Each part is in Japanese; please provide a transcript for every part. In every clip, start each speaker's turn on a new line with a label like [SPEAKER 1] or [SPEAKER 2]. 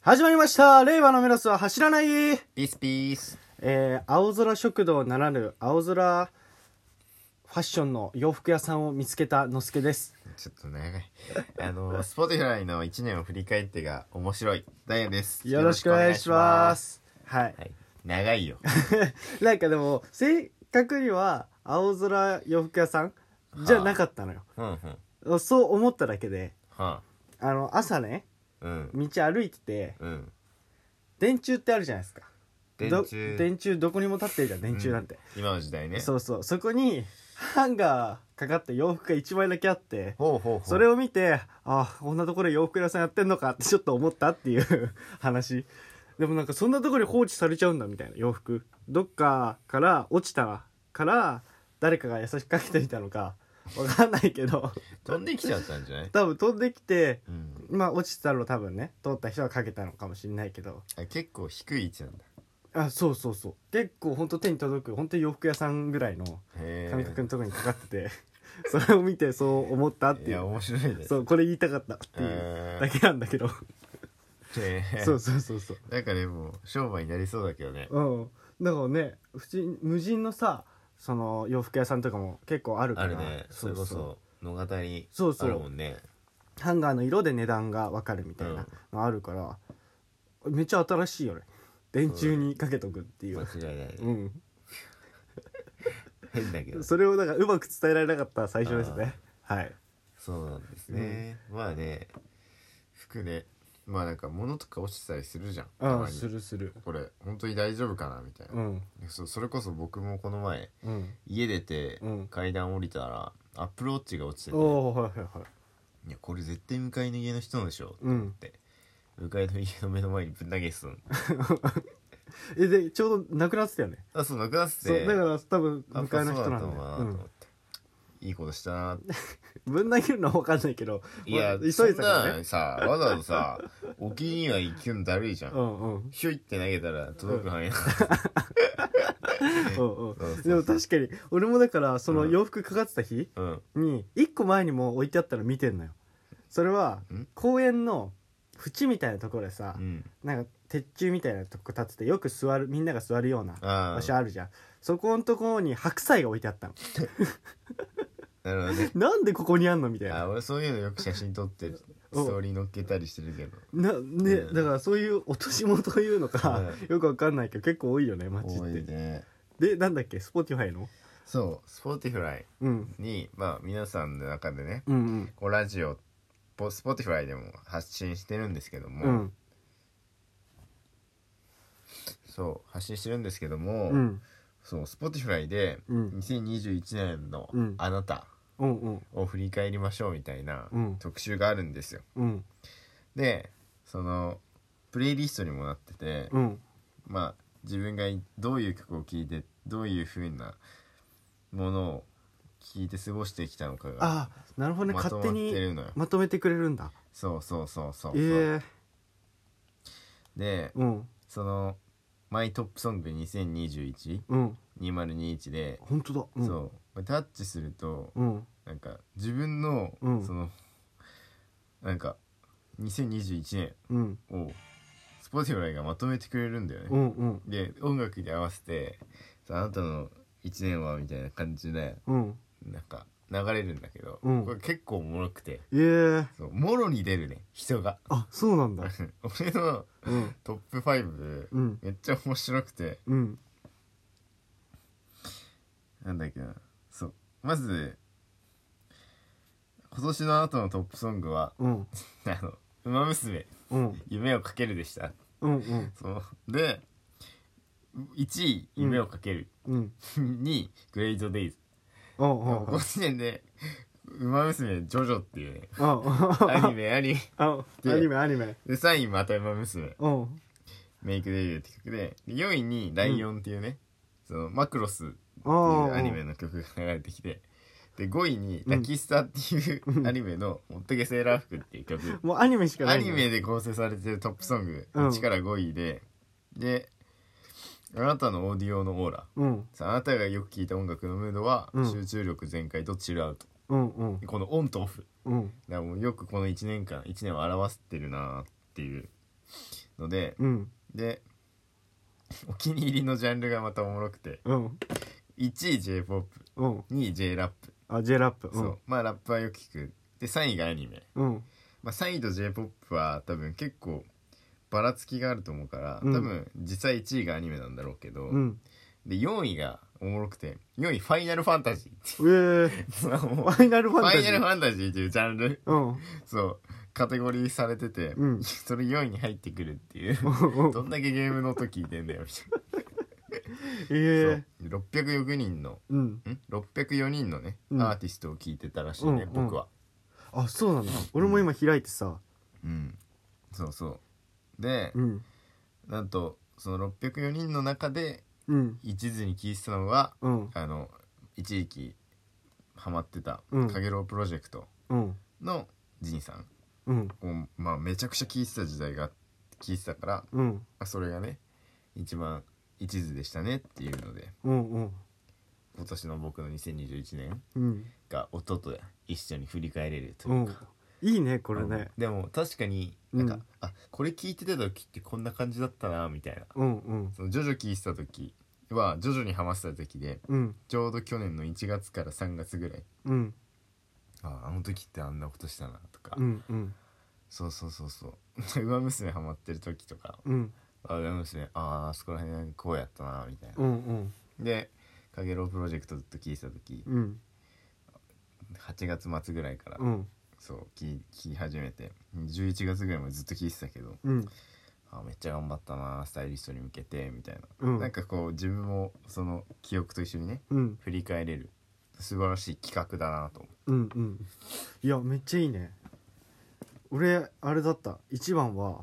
[SPEAKER 1] 始まりました令和のメロスは走らない
[SPEAKER 2] ピースピース。
[SPEAKER 1] えー、青空食堂ならぬ青空ファッションの洋服屋さんを見つけたのすけです。
[SPEAKER 2] ちょっと長い。あの、スポティフライの1年を振り返ってが面白い。ダイヤです。
[SPEAKER 1] よろしくお願いしま
[SPEAKER 2] よ
[SPEAKER 1] す。はい
[SPEAKER 2] ろしくお。願いします。はい。長い よ。
[SPEAKER 1] なんかでも、正確には青空洋服屋さんじゃなかったのよ。
[SPEAKER 2] うんうん。は
[SPEAKER 1] そう思っただけで、
[SPEAKER 2] あ。
[SPEAKER 1] あの、朝ね、
[SPEAKER 2] うん。
[SPEAKER 1] 道歩いてて、
[SPEAKER 2] うん。
[SPEAKER 1] 電柱ってあるじゃないですか。
[SPEAKER 2] 電
[SPEAKER 1] ど
[SPEAKER 2] 柱。
[SPEAKER 1] 電柱どこにも立ってるじゃん、電柱なんて。
[SPEAKER 2] うん今の時代ね。
[SPEAKER 1] そうそう。そこに、ハンガーかかった洋服が一枚だけあって、
[SPEAKER 2] ほうほうほう。
[SPEAKER 1] それ
[SPEAKER 2] を。
[SPEAKER 1] を見て、あ、こんなところで洋服屋さんやってんのかってちょっと思ったっていう 話。でもなんかそんなところに放置されちゃうんだみたいな洋服。どっかから落ちたから誰かが優しくかけてみたのかわかんないけど、
[SPEAKER 2] 飛んできちゃったんじゃない
[SPEAKER 1] 多分飛んできて、
[SPEAKER 2] うん。
[SPEAKER 1] まあ落ちたの多分ね、通った人がかけたのかもしれないけど。
[SPEAKER 2] あ結構低い位置なんだ。
[SPEAKER 1] あ、そうそうそう。結構ほんと手に届く、ほんと洋服屋さんぐらいの
[SPEAKER 2] へえ。
[SPEAKER 1] 感覚のところにかかってて、 それを見てそう思ったって
[SPEAKER 2] い
[SPEAKER 1] い
[SPEAKER 2] や、
[SPEAKER 1] う。
[SPEAKER 2] 面白いね。。
[SPEAKER 1] そうう、これ言いたかったっていうだ
[SPEAKER 2] へ
[SPEAKER 1] けなんだけど。
[SPEAKER 2] え。
[SPEAKER 1] そうそうそうそう。
[SPEAKER 2] なんかでも、商売になりそうだけどね。
[SPEAKER 1] うん。だからね、普通に無人のさ、その洋服屋さんとかも結構あるか
[SPEAKER 2] あ
[SPEAKER 1] ら。
[SPEAKER 2] るね。それこそ、野方に
[SPEAKER 1] そうそ
[SPEAKER 2] あ
[SPEAKER 1] う
[SPEAKER 2] るもんね。
[SPEAKER 1] ハンガーの色で値段がわかるみたいなのあるから、めっちゃ新しいよね。電柱にかけとくっていう。
[SPEAKER 2] 間違いない。
[SPEAKER 1] うん。
[SPEAKER 2] 変だけど。
[SPEAKER 1] それをなんかうまく伝えられなかった最初です ね。はい。
[SPEAKER 2] そうなんですね、まあね服ねまあなんか物とか落ちてたりするじゃんた
[SPEAKER 1] あ
[SPEAKER 2] ま
[SPEAKER 1] あ、
[SPEAKER 2] に
[SPEAKER 1] するする。
[SPEAKER 2] これ本当に大丈夫かなみたいな、
[SPEAKER 1] うん。
[SPEAKER 2] そそれこそ僕もこの前
[SPEAKER 1] うん。
[SPEAKER 2] 家出て
[SPEAKER 1] うん
[SPEAKER 2] 階段降りたら、アップルウォッチが落ちてて「
[SPEAKER 1] おおはいはいはい。
[SPEAKER 2] いやこれ絶対向かいの家の人のでしょ」
[SPEAKER 1] うん
[SPEAKER 2] っ。て向かいの家の目の前にぶん投げ すん
[SPEAKER 1] え、で、ちょうどなくなってたよね。
[SPEAKER 2] あそうなくなって
[SPEAKER 1] そう、
[SPEAKER 2] て
[SPEAKER 1] だから多分、
[SPEAKER 2] あ
[SPEAKER 1] 向かいの人なんだ
[SPEAKER 2] そうだった
[SPEAKER 1] よ。
[SPEAKER 2] のかなと
[SPEAKER 1] うん
[SPEAKER 2] 思って、いいことしたなって
[SPEAKER 1] ぶん投げるのは分かんないけど、
[SPEAKER 2] いや
[SPEAKER 1] まあ急い
[SPEAKER 2] そ
[SPEAKER 1] で
[SPEAKER 2] ん
[SPEAKER 1] たからね
[SPEAKER 2] なさわざわざさ沖には行くのだるいじゃん
[SPEAKER 1] うんうん
[SPEAKER 2] ひょいって投げたら届く範囲だ
[SPEAKER 1] うんう
[SPEAKER 2] そうそ
[SPEAKER 1] ん
[SPEAKER 2] う
[SPEAKER 1] でも確かに俺もだからその
[SPEAKER 2] うん
[SPEAKER 1] 洋服かかってた日
[SPEAKER 2] うん。
[SPEAKER 1] に1個前にもう置いてあったの見てんのよそれは
[SPEAKER 2] ん
[SPEAKER 1] 公園の縁みたいなところでさ
[SPEAKER 2] うん。
[SPEAKER 1] なんか鉄柱みたいなとこ立っててよく座るみんなが座るような
[SPEAKER 2] あ
[SPEAKER 1] 場所
[SPEAKER 2] あ。
[SPEAKER 1] あるじゃんそこのところに白菜が置いてあったの
[SPEAKER 2] なるほどね。
[SPEAKER 1] なんでここにあんのみたい
[SPEAKER 2] あ
[SPEAKER 1] な
[SPEAKER 2] 俺そういうのよく写真撮ってる、
[SPEAKER 1] お
[SPEAKER 2] ストーリー載っけたりしてるけど。
[SPEAKER 1] なね
[SPEAKER 2] うん
[SPEAKER 1] だからそういう落とし物というのか
[SPEAKER 2] う
[SPEAKER 1] よくわかんないけど結構多いよね街
[SPEAKER 2] 多
[SPEAKER 1] っ
[SPEAKER 2] い
[SPEAKER 1] て
[SPEAKER 2] ね。
[SPEAKER 1] でなんだっけスポティファイの
[SPEAKER 2] そう、スポーティフライ
[SPEAKER 1] うん
[SPEAKER 2] に、まあ皆さんの中でね、
[SPEAKER 1] うんうん
[SPEAKER 2] こうラジオ、ポスポーティフライでも発信してるんですけども、
[SPEAKER 1] うん
[SPEAKER 2] そう、発信してるんですけども、
[SPEAKER 1] うん
[SPEAKER 2] そう、スポーティフライで、
[SPEAKER 1] うん
[SPEAKER 2] 2021年の
[SPEAKER 1] うん
[SPEAKER 2] あなた
[SPEAKER 1] うんうん
[SPEAKER 2] を振り返りましょうみたいな
[SPEAKER 1] うん
[SPEAKER 2] 特集があるんですよ。
[SPEAKER 1] うん
[SPEAKER 2] で、その、プレイリストにもなってて、
[SPEAKER 1] うん
[SPEAKER 2] まあ自分がいどういう曲を聴いてどういうふうなものを聴いて過ごしてきたのかが
[SPEAKER 1] ああなるほどね
[SPEAKER 2] まと
[SPEAKER 1] 勝
[SPEAKER 2] まっ
[SPEAKER 1] 手に
[SPEAKER 2] てるのよ。
[SPEAKER 1] まとめてくれるんだ
[SPEAKER 2] そうそうそうそうそう。
[SPEAKER 1] え
[SPEAKER 2] で
[SPEAKER 1] えうん
[SPEAKER 2] その「マイトップソング2021
[SPEAKER 1] うん」
[SPEAKER 2] 2021で、
[SPEAKER 1] 本当だうん
[SPEAKER 2] そうこれタッチすると
[SPEAKER 1] うん
[SPEAKER 2] なんか自分の、
[SPEAKER 1] うん
[SPEAKER 2] そのなんか2021
[SPEAKER 1] うん
[SPEAKER 2] 年を Spotify がまとめてくれるんだよね。
[SPEAKER 1] うんうん
[SPEAKER 2] で音楽に合わせて「そうあなたの1年は」みたいな感じで
[SPEAKER 1] うん
[SPEAKER 2] なんか流れるんだけど、
[SPEAKER 1] うん
[SPEAKER 2] これ結構おもろくて
[SPEAKER 1] ええ
[SPEAKER 2] そうもろに出るね人が
[SPEAKER 1] あそうなんだ
[SPEAKER 2] 俺の
[SPEAKER 1] うん
[SPEAKER 2] トップ5、
[SPEAKER 1] うん
[SPEAKER 2] めっちゃ面白くて
[SPEAKER 1] うん
[SPEAKER 2] なんだっけなそうまず今年のあなたのトップソングは
[SPEAKER 1] うん
[SPEAKER 2] 「あの馬娘
[SPEAKER 1] うん
[SPEAKER 2] 夢をかける」でした
[SPEAKER 1] うんうん
[SPEAKER 2] そうで1位「夢をかける
[SPEAKER 1] うん」
[SPEAKER 2] 2位「グレイトデイズ」
[SPEAKER 1] ああ
[SPEAKER 2] こ
[SPEAKER 1] あ
[SPEAKER 2] の時点で「馬娘ジョジョ」っていうね
[SPEAKER 1] あ
[SPEAKER 2] アニ メアニメ
[SPEAKER 1] あアニメアニメ
[SPEAKER 2] で3位また馬娘
[SPEAKER 1] うん
[SPEAKER 2] メイクデビューって曲でで4位に「ライオン」っていうね、そのマクロスって
[SPEAKER 1] あ
[SPEAKER 2] いう
[SPEAKER 1] あ
[SPEAKER 2] アニメの曲が流れてきてで5位に「ラキスタ」っていう
[SPEAKER 1] うん
[SPEAKER 2] アニメの「もっとけセーラー服」っていう曲、
[SPEAKER 1] もうアニメしかな
[SPEAKER 2] ア
[SPEAKER 1] い
[SPEAKER 2] ニメで構成されてるトップソング
[SPEAKER 1] うん
[SPEAKER 2] 1から5位で、で「あなたのオーディオのオーラ
[SPEAKER 1] うん」
[SPEAKER 2] さあなたがよく聴いた音楽のムードは、
[SPEAKER 1] うん
[SPEAKER 2] 集中力全開とチルアウト
[SPEAKER 1] うんうん
[SPEAKER 2] でこのオンとオフ
[SPEAKER 1] うん
[SPEAKER 2] だからもうよくこの1年間1年を表してるなーっていうので
[SPEAKER 1] うん
[SPEAKER 2] でお気に入りのジャンルがまたおもろくて
[SPEAKER 1] うん
[SPEAKER 2] 1位 j p o p
[SPEAKER 1] うん
[SPEAKER 2] 2位 j ラップ
[SPEAKER 1] あ J ラップう
[SPEAKER 2] そ
[SPEAKER 1] ん
[SPEAKER 2] うまあラップはよく聞くで3位がアニメ、
[SPEAKER 1] うん
[SPEAKER 2] まあ、3位と j p o p は多分結構ばらつきがあると思うから
[SPEAKER 1] うん
[SPEAKER 2] 多分実際1位がアニメなんだろうけど、
[SPEAKER 1] うん
[SPEAKER 2] で4位がおもろくて4位ファイナルファンタジー
[SPEAKER 1] うえー、
[SPEAKER 2] そう
[SPEAKER 1] フ
[SPEAKER 2] もう
[SPEAKER 1] ァイナルフ
[SPEAKER 2] フ
[SPEAKER 1] ァン
[SPEAKER 2] ァ
[SPEAKER 1] タ
[SPEAKER 2] イ
[SPEAKER 1] ジ
[SPEAKER 2] ナルフ
[SPEAKER 1] ー
[SPEAKER 2] ァンタジーっていうジャンル
[SPEAKER 1] うん
[SPEAKER 2] そうカテゴリーされてて、
[SPEAKER 1] うん
[SPEAKER 2] それ4位に入ってくるっ ていうどんだけゲームの音聞いてんだよみた
[SPEAKER 1] えー、
[SPEAKER 2] いな、そう604人の
[SPEAKER 1] うん
[SPEAKER 2] ん604人のね、
[SPEAKER 1] うん
[SPEAKER 2] アーティストを聞いてたらしいね、
[SPEAKER 1] うんうん
[SPEAKER 2] 僕は
[SPEAKER 1] あそうなんだ俺も今開いてさ
[SPEAKER 2] うんそうそうで、
[SPEAKER 1] うん
[SPEAKER 2] なんとその604人の中で
[SPEAKER 1] うん
[SPEAKER 2] 一途に聞いてたのは
[SPEAKER 1] うん
[SPEAKER 2] あの一時期ハマってた
[SPEAKER 1] うん
[SPEAKER 2] 「かげろうプロジェクト
[SPEAKER 1] うん」
[SPEAKER 2] のジンさん
[SPEAKER 1] うん
[SPEAKER 2] を、まあ、めちゃくちゃ聞いてた時代が聞いてたから、ま
[SPEAKER 1] うん
[SPEAKER 2] あ、それがね一番一途でしたねっていうので
[SPEAKER 1] うんうん
[SPEAKER 2] 今年の僕の2021年
[SPEAKER 1] うん
[SPEAKER 2] が音と一緒に振り返れると
[SPEAKER 1] う
[SPEAKER 2] いうんか、
[SPEAKER 1] いいねこれね
[SPEAKER 2] うんでも確かになんか、
[SPEAKER 1] うん
[SPEAKER 2] あこれ聞いてた時ってこんな感じだったなみたいな
[SPEAKER 1] うんうん
[SPEAKER 2] その徐々聞いてた時は徐々にハマってた時で
[SPEAKER 1] うん
[SPEAKER 2] ちょうど去年の1月から3月ぐらい
[SPEAKER 1] うん
[SPEAKER 2] ああの時ってあんなことしたなとか、
[SPEAKER 1] うんうん
[SPEAKER 2] そうそうそうそう ウマ娘ハマってる時とか
[SPEAKER 1] うん
[SPEAKER 2] あウマ娘あーあそこら辺こうやったなみたいな、
[SPEAKER 1] うんうん
[SPEAKER 2] で「かげろうプロジェクト」ずっと聞いてた時
[SPEAKER 1] うん
[SPEAKER 2] 8月末ぐらいから、
[SPEAKER 1] うん
[SPEAKER 2] そう聞き聞き始めて11月ぐらいまでずっと聞いてたけど
[SPEAKER 1] うん
[SPEAKER 2] あーめっちゃ頑張ったなスタイリストに向けてみたいな、
[SPEAKER 1] うん
[SPEAKER 2] なんかこう自分もその記憶と一緒にね
[SPEAKER 1] うん
[SPEAKER 2] 振り返れる素晴らしい企画だなと思う
[SPEAKER 1] うんうんいやめっちゃいいね俺あれだった一番は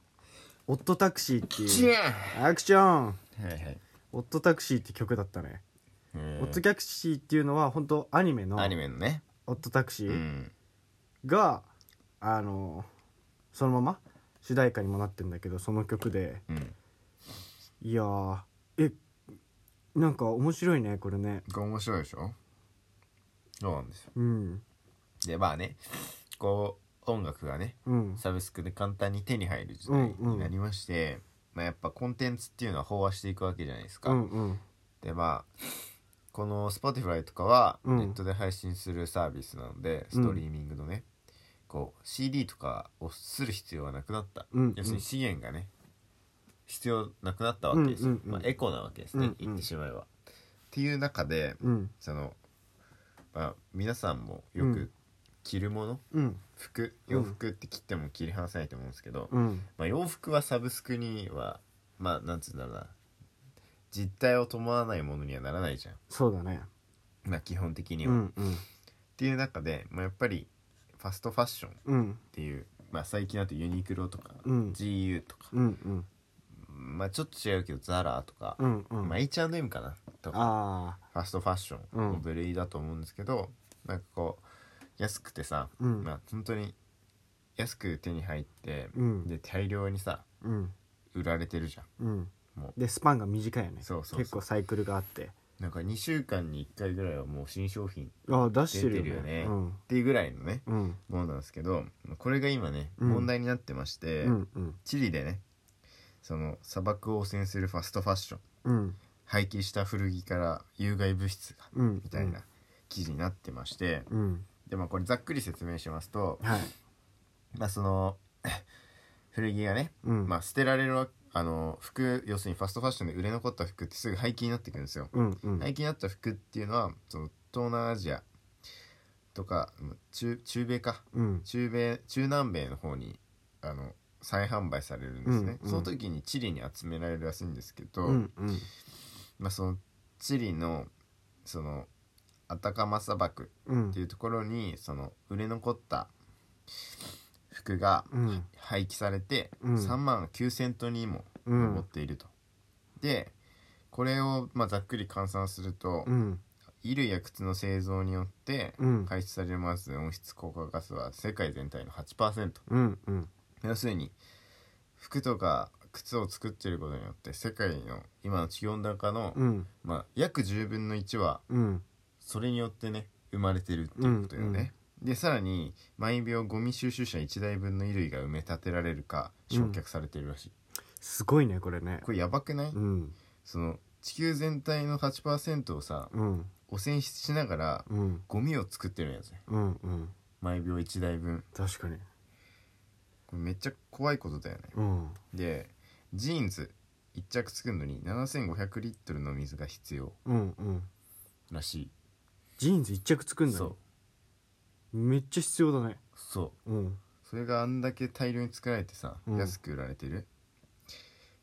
[SPEAKER 1] 「オットタクシー」っていうアクション
[SPEAKER 2] はいはい
[SPEAKER 1] オットタクシーって曲だったね、
[SPEAKER 2] えー
[SPEAKER 1] オットタクシーっていうのは本当アニメの
[SPEAKER 2] アニメのね
[SPEAKER 1] オットタクシ
[SPEAKER 2] う
[SPEAKER 1] ー
[SPEAKER 2] ん
[SPEAKER 1] が、あのそのまま主題歌にもなってるんだけどその曲で
[SPEAKER 2] うん
[SPEAKER 1] いやーえなんか面白いねこれね
[SPEAKER 2] これ面白いでしょそうなんですよ
[SPEAKER 1] うん
[SPEAKER 2] でまあねこう音楽がね
[SPEAKER 1] うん
[SPEAKER 2] サブスクで簡単に手に入る時代
[SPEAKER 1] うんうん
[SPEAKER 2] になりまして、まあ、やっぱコンテンツっていうのは飽和していくわけじゃないですか、
[SPEAKER 1] うんうん
[SPEAKER 2] でまあこの Spotify とかは
[SPEAKER 1] うん
[SPEAKER 2] ネットで配信するサービスなので、
[SPEAKER 1] うん
[SPEAKER 2] ストリーミングのねこう CD とかをする必要はなくなった、
[SPEAKER 1] うん
[SPEAKER 2] 要するに資源がね必要なくなったわけですよ、
[SPEAKER 1] うんうんうん
[SPEAKER 2] まあ、エコなわけですね、
[SPEAKER 1] うんうん
[SPEAKER 2] 言ってしまえば。っていう中で
[SPEAKER 1] うん
[SPEAKER 2] その、まあ、皆さんも
[SPEAKER 1] う
[SPEAKER 2] よ
[SPEAKER 1] ん
[SPEAKER 2] く着るもの、
[SPEAKER 1] うん
[SPEAKER 2] 服洋服って切っても切り離せないと思うんですけど、
[SPEAKER 1] うん
[SPEAKER 2] まあ、洋服はサブスクにはまあなんつうんだろうな実態を伴わないものにはならないじゃ
[SPEAKER 1] そうだね
[SPEAKER 2] ん、まあ、基本的に
[SPEAKER 1] う
[SPEAKER 2] は、っ
[SPEAKER 1] んうん
[SPEAKER 2] ていう中で、まあ、やっぱりファストファッションっ
[SPEAKER 1] うん
[SPEAKER 2] ていう、まあ、最近だとユニクロとか、
[SPEAKER 1] うん
[SPEAKER 2] GU とか、
[SPEAKER 1] うんうん
[SPEAKER 2] まあ、ちょっと違うけどザラとか、
[SPEAKER 1] うんうん
[SPEAKER 2] まあ、H&M かなとか
[SPEAKER 1] ああ
[SPEAKER 2] ファストファッション
[SPEAKER 1] う
[SPEAKER 2] の
[SPEAKER 1] ん
[SPEAKER 2] 部類だと思うんですけど、なんかこう安くてさ、
[SPEAKER 1] うん
[SPEAKER 2] まあ、本当に安く手に入って、
[SPEAKER 1] うん
[SPEAKER 2] で大量にさ
[SPEAKER 1] うん
[SPEAKER 2] 売られてるじゃん
[SPEAKER 1] うん
[SPEAKER 2] も
[SPEAKER 1] でスパンが短いよね
[SPEAKER 2] そうそうそう
[SPEAKER 1] 結構サイクルがあって
[SPEAKER 2] うなんか2週間に1回ぐらいはもう新商品
[SPEAKER 1] ああ出し
[SPEAKER 2] 出
[SPEAKER 1] て
[SPEAKER 2] て
[SPEAKER 1] るよ
[SPEAKER 2] るよね
[SPEAKER 1] ね
[SPEAKER 2] っていうぐらいのね
[SPEAKER 1] うんうん
[SPEAKER 2] ものなんですけどこれが今ね
[SPEAKER 1] うん
[SPEAKER 2] 問題になってまして、
[SPEAKER 1] うんうん
[SPEAKER 2] チリでねその砂漠を汚染するファストファッション
[SPEAKER 1] うん
[SPEAKER 2] 廃棄した古着から有害物質が
[SPEAKER 1] うん
[SPEAKER 2] みたいな記事になってまして、
[SPEAKER 1] うん
[SPEAKER 2] でまあこれざっくり説明しますと、
[SPEAKER 1] はい
[SPEAKER 2] まあその 古着がね、
[SPEAKER 1] うん
[SPEAKER 2] まあ捨てられるわあの服要するにファストファッションで売れ残った服ってすぐ廃棄になってくるんですよ。
[SPEAKER 1] うんうん
[SPEAKER 2] 最近あった服っていうのはその東南アジアとかうん中中米か
[SPEAKER 1] うん
[SPEAKER 2] 中米中南米の方にあの再販売されるんですね、
[SPEAKER 1] うんうん
[SPEAKER 2] その時にチリに集められるらしいんですけど、
[SPEAKER 1] うんうん
[SPEAKER 2] まあ、そのチリのそのアタカマ砂漠
[SPEAKER 1] うん
[SPEAKER 2] っていうところにその売れ残った服が
[SPEAKER 1] うん
[SPEAKER 2] 廃棄されて
[SPEAKER 1] うん
[SPEAKER 2] 3万9,000トンにも上っていると。でこれをまあざっくり換算すると、
[SPEAKER 1] うん
[SPEAKER 2] 衣類や靴の製造によって
[SPEAKER 1] うん
[SPEAKER 2] 排出されます温室効果ガスは世界全体の8%
[SPEAKER 1] うんうん
[SPEAKER 2] 要するに服とか靴を作ってることによって世界の今の地球温暖化の、
[SPEAKER 1] うん
[SPEAKER 2] まあ、約10分の1は
[SPEAKER 1] うん
[SPEAKER 2] それによってね生まれてるっていうことよね、でさらに毎秒ゴミ収集車1台分の衣類が埋め立てられるか焼却されてるらしい、
[SPEAKER 1] すごいねこれね
[SPEAKER 2] これやばくない、
[SPEAKER 1] うん
[SPEAKER 2] その地球全体の8%をさ
[SPEAKER 1] うん
[SPEAKER 2] 汚染しながら
[SPEAKER 1] うん
[SPEAKER 2] ゴミを作ってるんやつね
[SPEAKER 1] うんうん
[SPEAKER 2] 毎秒1台分
[SPEAKER 1] 確かに
[SPEAKER 2] これめっちゃ怖いことだよね
[SPEAKER 1] うん
[SPEAKER 2] でジーンズ1着作るのに7500リットルの水が必要
[SPEAKER 1] うんうん
[SPEAKER 2] らし
[SPEAKER 1] ジーンズ一着作
[SPEAKER 2] い
[SPEAKER 1] んだねめっちゃ必要だね
[SPEAKER 2] そう
[SPEAKER 1] うん
[SPEAKER 2] それがあんだけ大量に作られてさ、
[SPEAKER 1] うん
[SPEAKER 2] 安く売られてる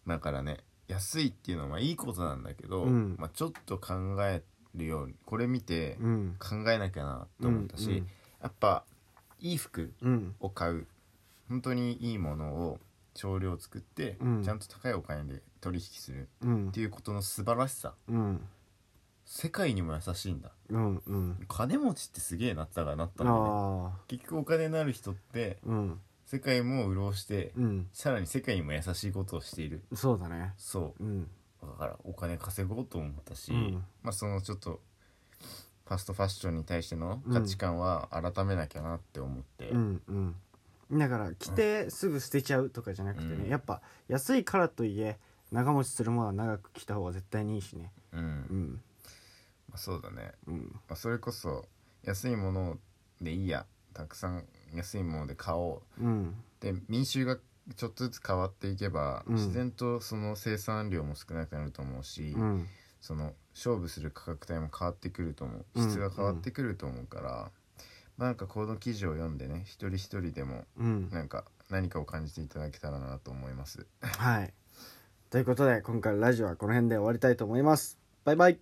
[SPEAKER 2] だからね安いっていうのはまあいいことなんだけど、
[SPEAKER 1] うん
[SPEAKER 2] まあ、ちょっと考えるようにこれ見て
[SPEAKER 1] うん
[SPEAKER 2] 考えなきゃなと思ったし、
[SPEAKER 1] うん
[SPEAKER 2] やっぱいい服
[SPEAKER 1] うん
[SPEAKER 2] を買う本当にいいものを少量作って、
[SPEAKER 1] うん
[SPEAKER 2] ちゃんと高いお金で取引する
[SPEAKER 1] うん
[SPEAKER 2] っていうことの素晴らしさ
[SPEAKER 1] うん
[SPEAKER 2] 世界にも優しいんだ
[SPEAKER 1] うんうん
[SPEAKER 2] 金持ちってすげえなったからなったんだよね
[SPEAKER 1] ああ
[SPEAKER 2] 結局お金のある人って
[SPEAKER 1] うん
[SPEAKER 2] 世界も潤して、
[SPEAKER 1] うん
[SPEAKER 2] さらに世界にも優しいことをしている
[SPEAKER 1] そうだね
[SPEAKER 2] そう
[SPEAKER 1] うん
[SPEAKER 2] だからお金稼ごうと思ったし、
[SPEAKER 1] うん
[SPEAKER 2] まあそのちょっとファストファッションに対しての価値観は改めなきゃなって思って、
[SPEAKER 1] うんうんだから着てすぐ捨てちゃうとかじゃなくてね、
[SPEAKER 2] うん
[SPEAKER 1] やっぱ安いからといえ長持ちするものは長く着た方が絶対にいいしね
[SPEAKER 2] うん
[SPEAKER 1] うん
[SPEAKER 2] まあ、そうだね、
[SPEAKER 1] うん
[SPEAKER 2] まあ、それこそ安いものでいいやたくさん安いもので買おう
[SPEAKER 1] うん
[SPEAKER 2] で民衆がちょっとずつ変わっていけば、
[SPEAKER 1] うん
[SPEAKER 2] 自然とその生産量も少なくなると思うし、
[SPEAKER 1] うん
[SPEAKER 2] その勝負する価格帯も変わってくると思う
[SPEAKER 1] うん
[SPEAKER 2] 質が変わってくると思うから、まあ、なんかこの記事を読んでね一人一人でも
[SPEAKER 1] うん
[SPEAKER 2] なんか何かを感じていただけたらなと思います。
[SPEAKER 1] はいということで今回のラジオはこの辺で終わりたいと思いますバイバイ